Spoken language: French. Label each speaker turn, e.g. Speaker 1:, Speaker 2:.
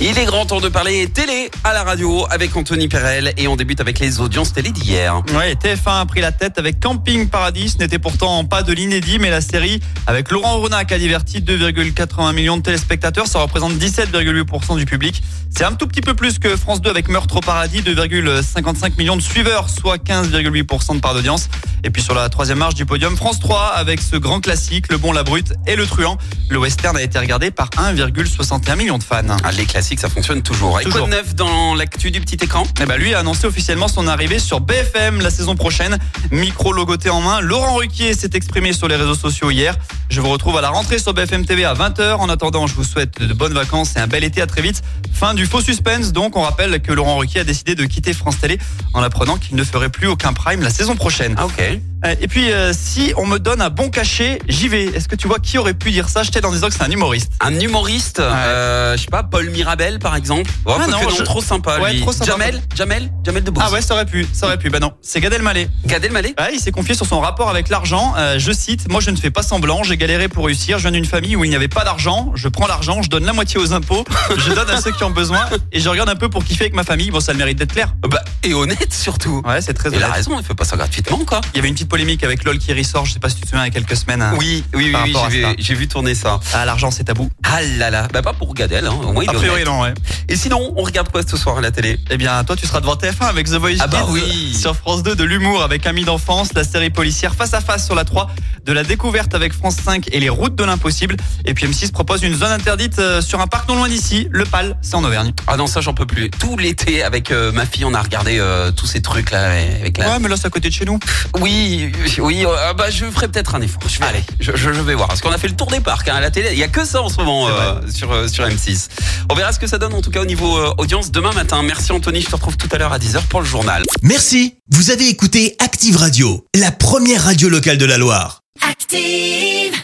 Speaker 1: Il est grand temps de parler télé à la radio avec Anthony Perel et on débute avec les audiences télé d'hier.
Speaker 2: Ouais, TF1 a pris la tête avec Camping Paradis. Ce n'était pourtant pas de l'inédit, mais la série avec Laurent Ronac a diverti 2,81 millions de téléspectateurs. Ça représente 17,8% du public. C'est un tout petit peu plus que France 2 avec Meurtre au Paradis, 2,55 millions de suiveurs, soit 15,8% de part d'audience. Et puis sur la troisième marche du podium, France 3 avec ce grand classique, Le Bon, la Brute et Le Truand. Le western a été regardé par 1,61 million de fans.
Speaker 1: Ah, les classiques, ça fonctionne toujours. Et quoi
Speaker 2: Toujours.
Speaker 1: de neuf dans l'actu du petit écran
Speaker 2: Eh ben, lui a annoncé officiellement son arrivée sur BFM la saison prochaine. Micro logoté en main, Laurent Ruquier s'est exprimé sur les réseaux sociaux hier. Je vous retrouve à la rentrée sur BFM TV à 20h. En attendant, je vous souhaite de bonnes vacances et un bel été. À très vite. Fin du faux suspense. Donc, on rappelle que Laurent Ruquier a décidé de quitter France Télé en apprenant qu'il ne ferait plus aucun prime la saison prochaine.
Speaker 1: Ah ok.
Speaker 2: Euh, Et puis, euh, si on me donne un bon cachet, j'y vais. Est-ce que tu vois qui aurait pu dire ça Je t'ai dans des que c'est un humoriste.
Speaker 1: Un humoriste, euh, je sais pas, Paul Mirabel par exemple. Oh,
Speaker 2: Ah
Speaker 1: parce
Speaker 2: non,
Speaker 1: que
Speaker 2: je-
Speaker 1: trop sympa
Speaker 2: Ouais,
Speaker 1: lui.
Speaker 2: trop sympa.
Speaker 1: Jamel, Jamel, Jamel de
Speaker 2: Ah ouais, ça aurait pu. Ça aurait pu. Bah non, c'est Gad Elmaleh.
Speaker 1: Gad Elmaleh
Speaker 2: Ouais, Ah, il s'est confié sur son rapport avec l'argent. Euh, je cite Moi, je ne fais pas semblant. J'ai galéré pour réussir. Je viens d'une famille où il n'y avait pas d'argent. Je prends l'argent, je donne la moitié aux impôts, je donne à ceux qui ont besoin et je regarde un peu pour kiffer avec ma famille. Bon, ça a le mérite d'être clair.
Speaker 1: Bah, et honnête surtout.
Speaker 2: Ouais, c'est très
Speaker 1: Il a
Speaker 2: honnête.
Speaker 1: raison, il fait pas ça gratuitement quoi.
Speaker 2: Il y avait une petite polémique avec LOL qui ressort. Je sais pas si tu te souviens, il y a quelques semaines. hein.
Speaker 1: Oui, oui, oui,
Speaker 2: Par
Speaker 1: oui,
Speaker 2: rapport
Speaker 1: j'ai
Speaker 2: à
Speaker 1: vu-
Speaker 2: ça.
Speaker 1: j'ai vu, tourner ça.
Speaker 2: Ah, l'argent, c'est tabou.
Speaker 1: Ah là là, bah pas pour Gadel, hein. au moins il
Speaker 2: A
Speaker 1: est
Speaker 2: priori,
Speaker 1: honnête.
Speaker 2: non, ouais.
Speaker 1: Et sinon, on regarde quoi ce soir à la télé
Speaker 2: Eh bien, toi, tu seras devant TF1 avec The Voice
Speaker 1: Ah bah
Speaker 2: Kids
Speaker 1: oui.
Speaker 2: sur France 2 de l'humour avec Amis d'enfance, la série policière Face à Face sur la 3, de la découverte avec France 5 et les routes de l'impossible. Et puis M6 propose une zone interdite euh, sur un parc non loin d'ici, le PAL, c'est en Auvergne.
Speaker 1: Ah non, ça j'en peux plus. Tout l'été avec euh, ma fille, on a regardé euh, tous ces trucs là avec la.
Speaker 2: Ouais, mais là, c'est à côté de chez nous.
Speaker 1: Oui, oui. euh, ah bah je ferai peut-être un effort. Je vais, Allez, je, je- je vais voir. Parce qu'on a fait le tour des parcs hein, à la télé. Il y a que ça en ce moment
Speaker 2: C'est
Speaker 1: euh, sur euh, sur M6. On verra ce que ça donne en tout cas au niveau euh, audience demain matin. Merci Anthony. Je te retrouve tout à l'heure à 10h pour le journal.
Speaker 3: Merci, vous avez écouté Active Radio, la première radio locale de la Loire.
Speaker 4: active.